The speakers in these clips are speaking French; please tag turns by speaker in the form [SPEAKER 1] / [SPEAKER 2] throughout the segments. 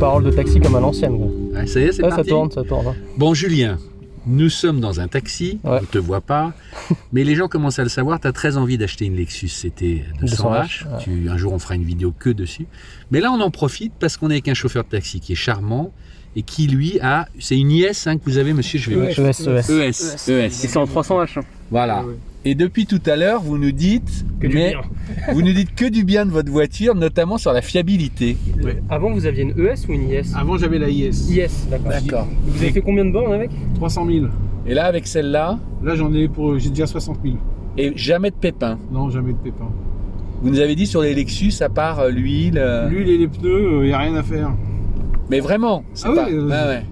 [SPEAKER 1] Parole de taxi comme à l'ancienne. quoi.
[SPEAKER 2] Ah, ça y est, c'est
[SPEAKER 1] Ah, ça
[SPEAKER 2] parti.
[SPEAKER 1] tourne, ça tourne. hein.
[SPEAKER 2] Bon, Julien, nous sommes dans un taxi.
[SPEAKER 1] Ouais.
[SPEAKER 2] On te voit pas. mais les gens commencent à le savoir. Tu as très envie d'acheter une Lexus CT 200
[SPEAKER 1] 200H,
[SPEAKER 2] H.
[SPEAKER 1] ouais.
[SPEAKER 2] Tu, un jour, on fera une vidéo que dessus. Mais là, on en profite parce qu'on est avec un chauffeur de taxi qui est charmant et qui, lui, a. C'est une IS hein, que vous avez, monsieur.
[SPEAKER 1] E
[SPEAKER 2] Je vais E
[SPEAKER 3] Ouais.
[SPEAKER 1] ESES.
[SPEAKER 2] ES. ES.
[SPEAKER 4] Et c'est en 300H. hein.
[SPEAKER 2] Voilà.
[SPEAKER 3] Et depuis tout à l'heure, vous nous dites
[SPEAKER 4] Que du
[SPEAKER 3] mais
[SPEAKER 4] bien.
[SPEAKER 3] vous nous dites que du bien de votre voiture, notamment sur la fiabilité.
[SPEAKER 4] Avant, vous aviez une ES ou une IS
[SPEAKER 5] Avant, j'avais la IS.
[SPEAKER 4] IS, d'accord.
[SPEAKER 3] D'accord.
[SPEAKER 4] Vous avez fait combien de bornes avec
[SPEAKER 5] 300 000.
[SPEAKER 3] Et là, avec celle-là,
[SPEAKER 5] Là, j'en ai pour. J'ai déjà 60 000.
[SPEAKER 3] et jamais de pépins.
[SPEAKER 5] Non, jamais de pépins.
[SPEAKER 3] Vous nous avez dit sur les Lexus, à part euh, l'huile. euh,
[SPEAKER 5] L'huile et les pneus, il n'y a rien à faire.
[SPEAKER 3] Mais vraiment, c'est
[SPEAKER 5] Ah oui,
[SPEAKER 3] pas.
[SPEAKER 5] euh,
[SPEAKER 3] Ouais, ouais.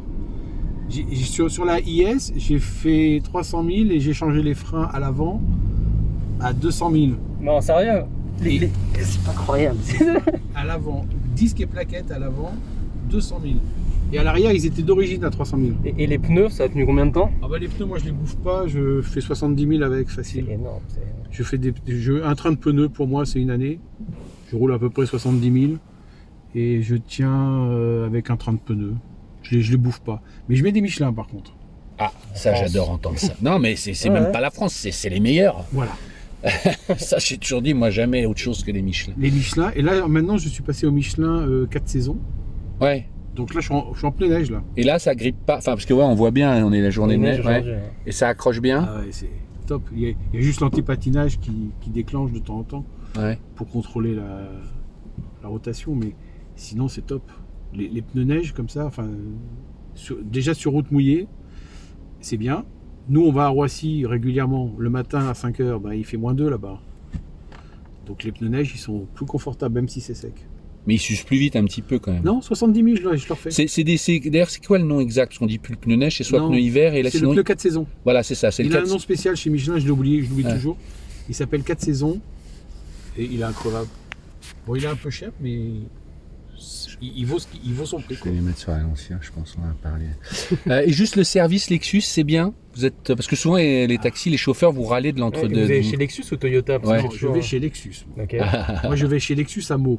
[SPEAKER 5] J'ai- j'ai- sur, sur la IS, j'ai fait 300 000 et j'ai changé les freins à l'avant à 200 000.
[SPEAKER 4] Non, sérieux
[SPEAKER 5] Les-
[SPEAKER 4] C'est pas croyable.
[SPEAKER 5] À l'avant, disque et plaquettes à l'avant, 200 000. Et à l'arrière, ils étaient d'origine à 300 000.
[SPEAKER 4] Et, et les pneus, ça a tenu combien de temps
[SPEAKER 5] Ah bah les pneus, moi je les bouffe pas, je fais 70 000 avec
[SPEAKER 4] C'est
[SPEAKER 5] facile.
[SPEAKER 4] énorme. c'est-
[SPEAKER 5] Je fais des, je- un train de pneus pour moi c'est une année. Je roule à peu près 70 000 et je tiens euh, avec un train de pneus. Je les, je les bouffe pas. Mais je mets des Michelin par contre.
[SPEAKER 3] Ah, ça, j'adore entendre ça. Non, mais c'est c'est
[SPEAKER 4] Ouais,
[SPEAKER 3] même
[SPEAKER 4] ouais.
[SPEAKER 3] pas la France, c'est- c'est les meilleurs.
[SPEAKER 5] Voilà.
[SPEAKER 3] ça, j'ai toujours dit, moi, jamais autre chose que des Michelin.
[SPEAKER 5] Les Michelin. Et là maintenant je suis passé au Michelin 4 saisons.
[SPEAKER 3] Ouais.
[SPEAKER 5] Donc là je suis en, je suis en pleine neige là.
[SPEAKER 3] Et là, ça grippe pas. Enfin, parce que ouais, on voit bien, hein, on est la journée de neige. ouais.
[SPEAKER 4] aujourd'hui, hein.
[SPEAKER 3] Et ça accroche bien.
[SPEAKER 5] Ah ouais, c'est top. Il y, a, il y a juste l'antipatinage qui, qui déclenche de temps en temps
[SPEAKER 3] Ouais.
[SPEAKER 5] pour contrôler la, la rotation, mais sinon c'est top. Les, les pneus neige comme ça, enfin, sur- déjà sur route mouillée, c'est bien. Nous, on va à Roissy régulièrement le matin à 5 h il fait moins 2 là-bas. Donc les pneus neige, ils sont plus confortables, même si c'est sec.
[SPEAKER 3] Mais il suce plus vite un petit peu quand même.
[SPEAKER 5] Non, 70 000, là, je leur fais.
[SPEAKER 3] C'est c'est des. c'est- D'ailleurs, c'est quoi le nom exact Parce qu'on dit plus le pneu neige, c'est soit
[SPEAKER 5] Non,
[SPEAKER 3] pneu hiver et là,
[SPEAKER 5] C'est le
[SPEAKER 3] sinon.
[SPEAKER 5] pneu 4 saisons.
[SPEAKER 3] Voilà, c'est ça. C'est le
[SPEAKER 5] Il a un
[SPEAKER 3] quatre-
[SPEAKER 5] nom spécial chez Michelin, je l'ai oublié, je l'oublie
[SPEAKER 3] Ouais.
[SPEAKER 5] toujours. Il s'appelle 4 saisons et il est increvable. Bon, il est un peu cher, mais il, il vaut, ce qu'il- il vaut son prix.
[SPEAKER 2] Je vais les mettre sur l'ancien, je pense, on en a parlé.
[SPEAKER 3] Euh, et juste le service Lexus, c'est bien. Vous êtes euh, parce que souvent eh, les, les taxis, les chauffeurs vous râlez de
[SPEAKER 4] Ouais,
[SPEAKER 3] l'entre
[SPEAKER 4] et
[SPEAKER 3] deux.
[SPEAKER 4] Eh, vous allez chez Lexus ou Toyota Parce que
[SPEAKER 3] Ouais.
[SPEAKER 4] j'ai
[SPEAKER 5] Non, je
[SPEAKER 4] toujours-
[SPEAKER 5] vais chez Lexus.
[SPEAKER 4] Ok.
[SPEAKER 3] Ah.
[SPEAKER 5] Moi, je vais chez Lexus à Meaux.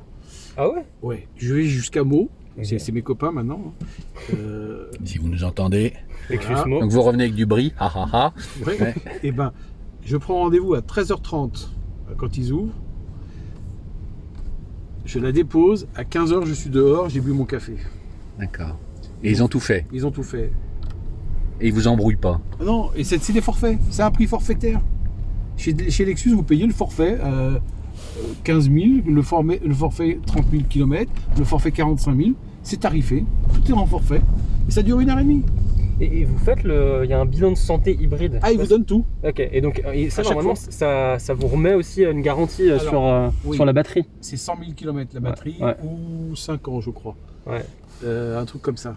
[SPEAKER 4] Ah ouais
[SPEAKER 5] Ouais, je vais jusqu'à Meaux. C'est
[SPEAKER 4] Ok.
[SPEAKER 5] c'est mes copains maintenant. hein. Euh,
[SPEAKER 3] Si vous nous entendez.
[SPEAKER 4] Lexus
[SPEAKER 5] Voilà.
[SPEAKER 4] Mo.
[SPEAKER 3] Donc vous revenez avec du bris. Ah ah ah.
[SPEAKER 5] ouais.
[SPEAKER 3] Ouais.
[SPEAKER 5] Et ben, je prends rendez-vous à 13h30 euh, quand ils ouvrent. Je la dépose. À 15h, je suis dehors. J'ai bu mon café.
[SPEAKER 2] D'accord. Et ils ont tout fait.
[SPEAKER 5] Ils ont tout fait.
[SPEAKER 2] Et ils vous embrouillent pas.
[SPEAKER 5] Ah Non, et c'est c'est des forfaits. C'est un prix forfaitaire. Chez, chez Lexus, vous payez le forfait euh, 15 000, le, formé- le forfait 30 000 km, le forfait 45 000. C'est tarifé. Tout est en forfait. Et ça dure une heure et demie.
[SPEAKER 4] Et, et vous faites le. Il y a un bilan de santé hybride.
[SPEAKER 5] Ah, ils vous donnent tout.
[SPEAKER 4] Ok, et donc et ça,
[SPEAKER 5] À chaque
[SPEAKER 4] normalement, ça, ça vous remet aussi une garantie euh,
[SPEAKER 5] Alors,
[SPEAKER 4] sur, euh,
[SPEAKER 5] oui.
[SPEAKER 4] sur la batterie.
[SPEAKER 5] c'est 100 000 km la
[SPEAKER 4] Ouais,
[SPEAKER 5] batterie
[SPEAKER 4] ouais.
[SPEAKER 5] ou 5 ans, je crois.
[SPEAKER 4] Ouais.
[SPEAKER 5] Euh, un truc comme ça.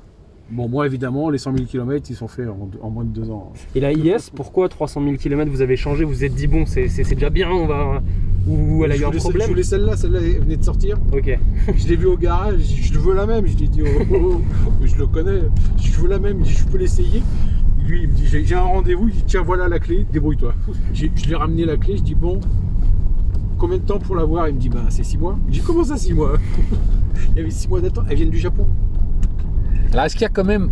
[SPEAKER 5] Bon, moi, évidemment, les 100 000 km, ils sont faits en, en moins de 2 ans.
[SPEAKER 4] Et la IS, pourquoi 300 000 km vous avez changé Vous vous êtes dit, bon, c'est c'est- c'est déjà bien, on va. Ou elle a
[SPEAKER 5] Je
[SPEAKER 4] eu un
[SPEAKER 5] voulais- Je
[SPEAKER 4] problème
[SPEAKER 5] voulais celle-là, celle-là elle venait de sortir.
[SPEAKER 4] Ok.
[SPEAKER 5] Je l'ai vu au garage, je veux la même. Je lui ai dit, oh, oh, oh, je le connais, je veux la même, Il dit, je peux l'essayer. Lui, il me dit, j'ai j'ai un rendez-vous, il dit, tiens, voilà la clé, débrouille-toi. J'ai- Je lui ai ramené la clé, je dis, bon, combien de temps pour l'avoir Il me dit, ben, c'est 6 mois. Je dis, comment ça, 6 mois Il y avait 6 mois d'attente, elles viennent du Japon.
[SPEAKER 3] Alors est-ce qu'il y a quand même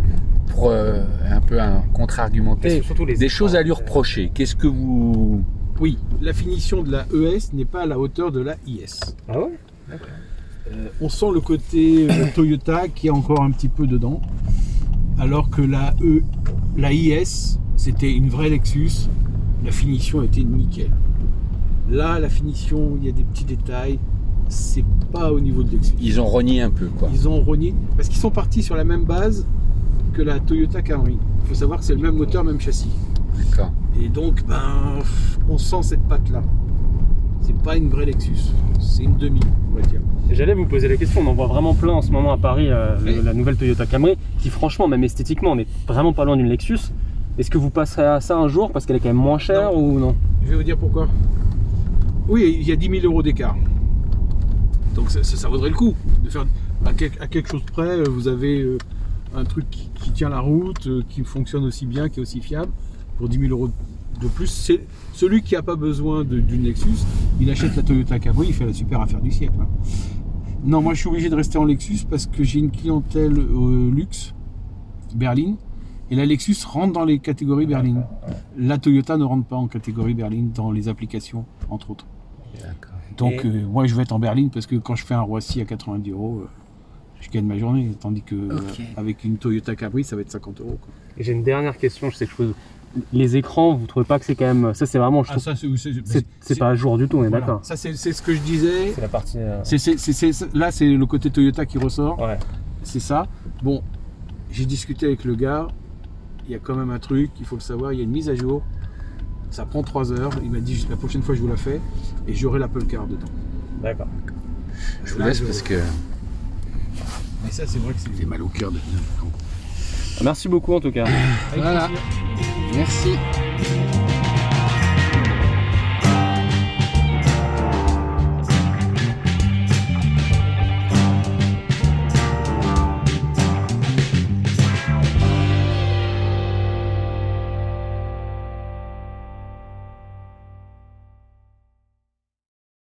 [SPEAKER 3] pour euh, un peu un contre-argumenter
[SPEAKER 4] surtout les
[SPEAKER 3] des choses à lui reprocher Qu'est-ce que vous
[SPEAKER 5] Oui, la finition de la ES n'est pas à la hauteur de la IS.
[SPEAKER 4] Ah ouais
[SPEAKER 5] Euh, on sent le côté euh, Toyota qui est encore un petit peu dedans, alors que la E, la IS, c'était une vraie Lexus. La finition était nickel. Là, la finition, il y a des petits détails. C'est pas au niveau de Lexus.
[SPEAKER 3] ils ont renié un peu quoi
[SPEAKER 5] Ils ont rogné parce qu'ils sont partis sur la même base que la Toyota Camry. Il faut savoir que c'est le même moteur, même châssis.
[SPEAKER 3] D'accord.
[SPEAKER 5] Et donc, ben, pff, on sent cette patte-là. C'est pas une vraie Lexus. C'est une demi, on va dire.
[SPEAKER 4] J'allais vous poser la question, on en voit vraiment plein en ce moment à Paris, euh,
[SPEAKER 5] Oui.
[SPEAKER 4] le- la nouvelle Toyota Camry, qui franchement, même esthétiquement, on est vraiment pas loin d'une Lexus. Est-ce que vous passerez à ça un jour parce qu'elle est quand même moins chère ou non
[SPEAKER 5] Je vais vous dire pourquoi. Oui, il y a 10 000 euros d'écart. Donc ça, ça- ça vaudrait le coup de faire à, quel- à quelque chose près. euh, Vous avez euh, un truc qui, qui tient la route, euh, qui fonctionne aussi bien, qui est aussi fiable. Pour 10 000 euros de plus, c'est celui qui n'a pas besoin de- d'une Lexus, il achète la Toyota Camry, il fait la super affaire du siècle. hein. Non, moi je suis obligé de rester en Lexus parce que j'ai une clientèle euh, luxe, berline, et la Lexus rentre dans les catégories berline. La Toyota ne rentre pas en catégorie berline dans les applications, entre autres.
[SPEAKER 2] D'accord.
[SPEAKER 5] Donc
[SPEAKER 1] Et-
[SPEAKER 5] euh, moi je vais être en berline parce que quand je fais un Roissy à 90 euros, euh, je gagne ma journée, tandis que euh,
[SPEAKER 1] Ok.
[SPEAKER 5] avec une Toyota Cabri, ça va être 50 euros. quoi.
[SPEAKER 4] Et J'ai une dernière question, je sais que je pose. Les écrans, vous trouvez pas que c'est quand même. Ça, c'est vraiment. Je
[SPEAKER 5] Ah,
[SPEAKER 4] trouve
[SPEAKER 5] ça, c'est, c'est- c'est-
[SPEAKER 4] c'est- c'est pas à jour du tout, on est
[SPEAKER 5] voilà.
[SPEAKER 4] d'accord.
[SPEAKER 5] Ça, c'est, c'est ce que je disais.
[SPEAKER 1] C'est la partie. euh,
[SPEAKER 5] C'est- c'est- c'est- c'est- là, c'est le côté Toyota qui ressort.
[SPEAKER 1] Ouais.
[SPEAKER 5] C'est ça. Bon, j'ai discuté avec le gars. Il y a quand même un truc, il faut le savoir. Il y a une mise à jour. Ça prend 3 heures. Il m'a dit la prochaine fois, je vous la fais et j'aurai l'Apple Car dedans.
[SPEAKER 1] D'accord.
[SPEAKER 2] Je vous
[SPEAKER 5] Là,
[SPEAKER 2] laisse
[SPEAKER 5] je-
[SPEAKER 2] parce que
[SPEAKER 5] Mais ça, c'est vrai que c'est.
[SPEAKER 2] j'ai mal au cœur de.
[SPEAKER 4] Merci beaucoup en tout cas.
[SPEAKER 2] Voilà. Merci.